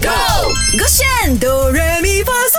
Go！勾选哆来咪发嗦，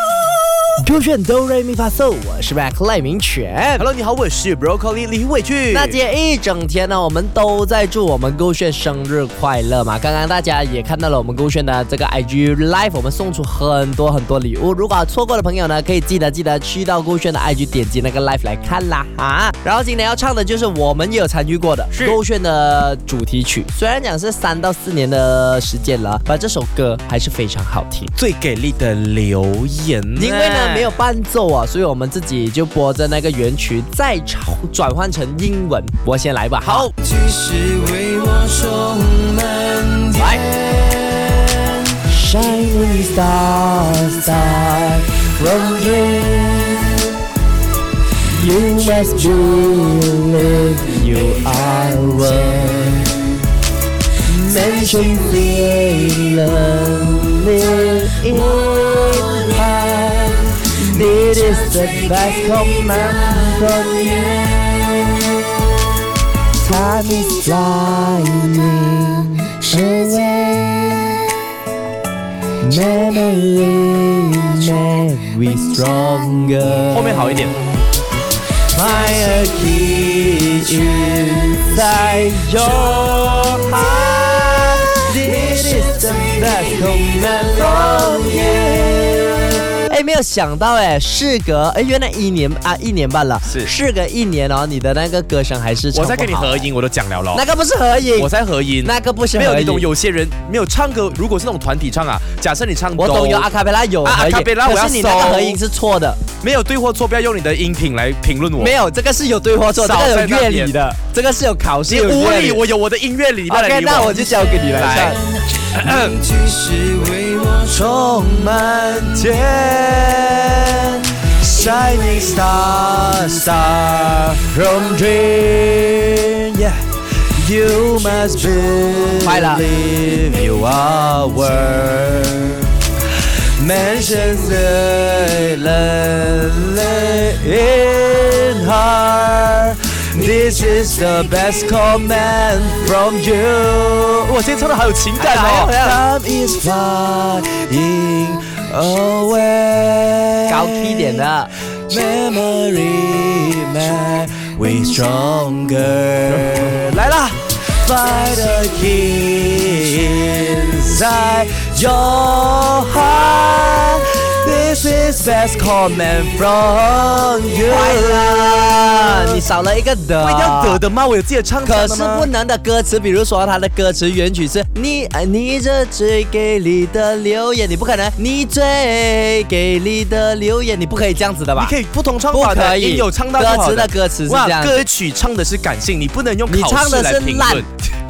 勾选哆瑞咪发嗦，我是 Rack 赖明全。 Hello，你好，我是 Broccoli 李伟俊。那今天一整天呢，我们都在祝我们勾炫生日快乐嘛。刚刚大家也看到了我们勾炫的这个 IG Live，我们送出很多很多礼物。如果错过的朋友呢，可以记得记得去到勾炫的 IG 点击那个 Live 来看啦哈。然后今天要唱的就是我们也有参与过的是勾炫的主题曲，虽然讲是三到四年的时间了，把这首歌还是非常好听。最给力的留言，因为呢没有伴奏啊，所以我们自己就播着那个原曲，再抄转换成英文。我先来吧，好，继续为我送满天。 ，Shining stars, stars from here, you must believe you are one. Mention the lonely in heart. This is the best command from you. Time is flying away. Memory make we stronger. 后面好一点。 My a key inside your heart. This is the best command from you. 哎，没有想到哎，事隔哎，原来一年啊，一年半了，是事隔一年哦，你的那个歌声还是唱我不好在跟你合，音，我都讲了咯。那个不是合影我，在合音，那个不是没有合你影，懂，有些人没有唱歌，如果是那种团体唱啊，假设你唱我懂有有阿卡贝拉有啊合影， acapella 我要可是你那搜个合影是错的，没有对或错，不要用你的音频来评论我。没有，这个是有对或错，这少个在有那乐边理的，这个是有考试，你有无乐理理，我有我的音乐理，你不要来 OK，理那我就交给你来来唱。继续为我充满天，shining star star from dream。Yeah, you must 快了 believe you are worth. Mention the love in heart. This is the best command from you. 我今天唱的好有情感哎呀哎哦。Time is flying away. 高 key 点的。 Memory man, we stronger. 来啦，Find a key inside your heart. This is best comment from you. 快了，你少了一个的。我一定要得。的吗？我有自己的唱腔可的是吗不能的歌词，比如说它的歌词原曲是你爱你这最给力的留言，你不可能你最给力的留言，你不可以这样子的吧？你可以不同唱不法可的，以音有唱到就好歌词的歌词是这样哇，歌曲唱的是感性，你不能用你考唱试的来是评烂论。，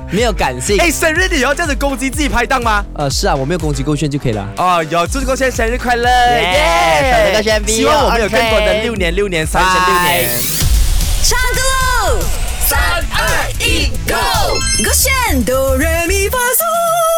没有感性。哎，生日你要这样子攻击自己拍档吗？呃，是啊，我没有攻击勾炫就可以了。哦，有祝各位生日快乐！耶小哥哥生日希望我们有更多的 OK 六年、六年、三生六年。唱歌喽！三二一，Go！勾选哆来咪发嗦。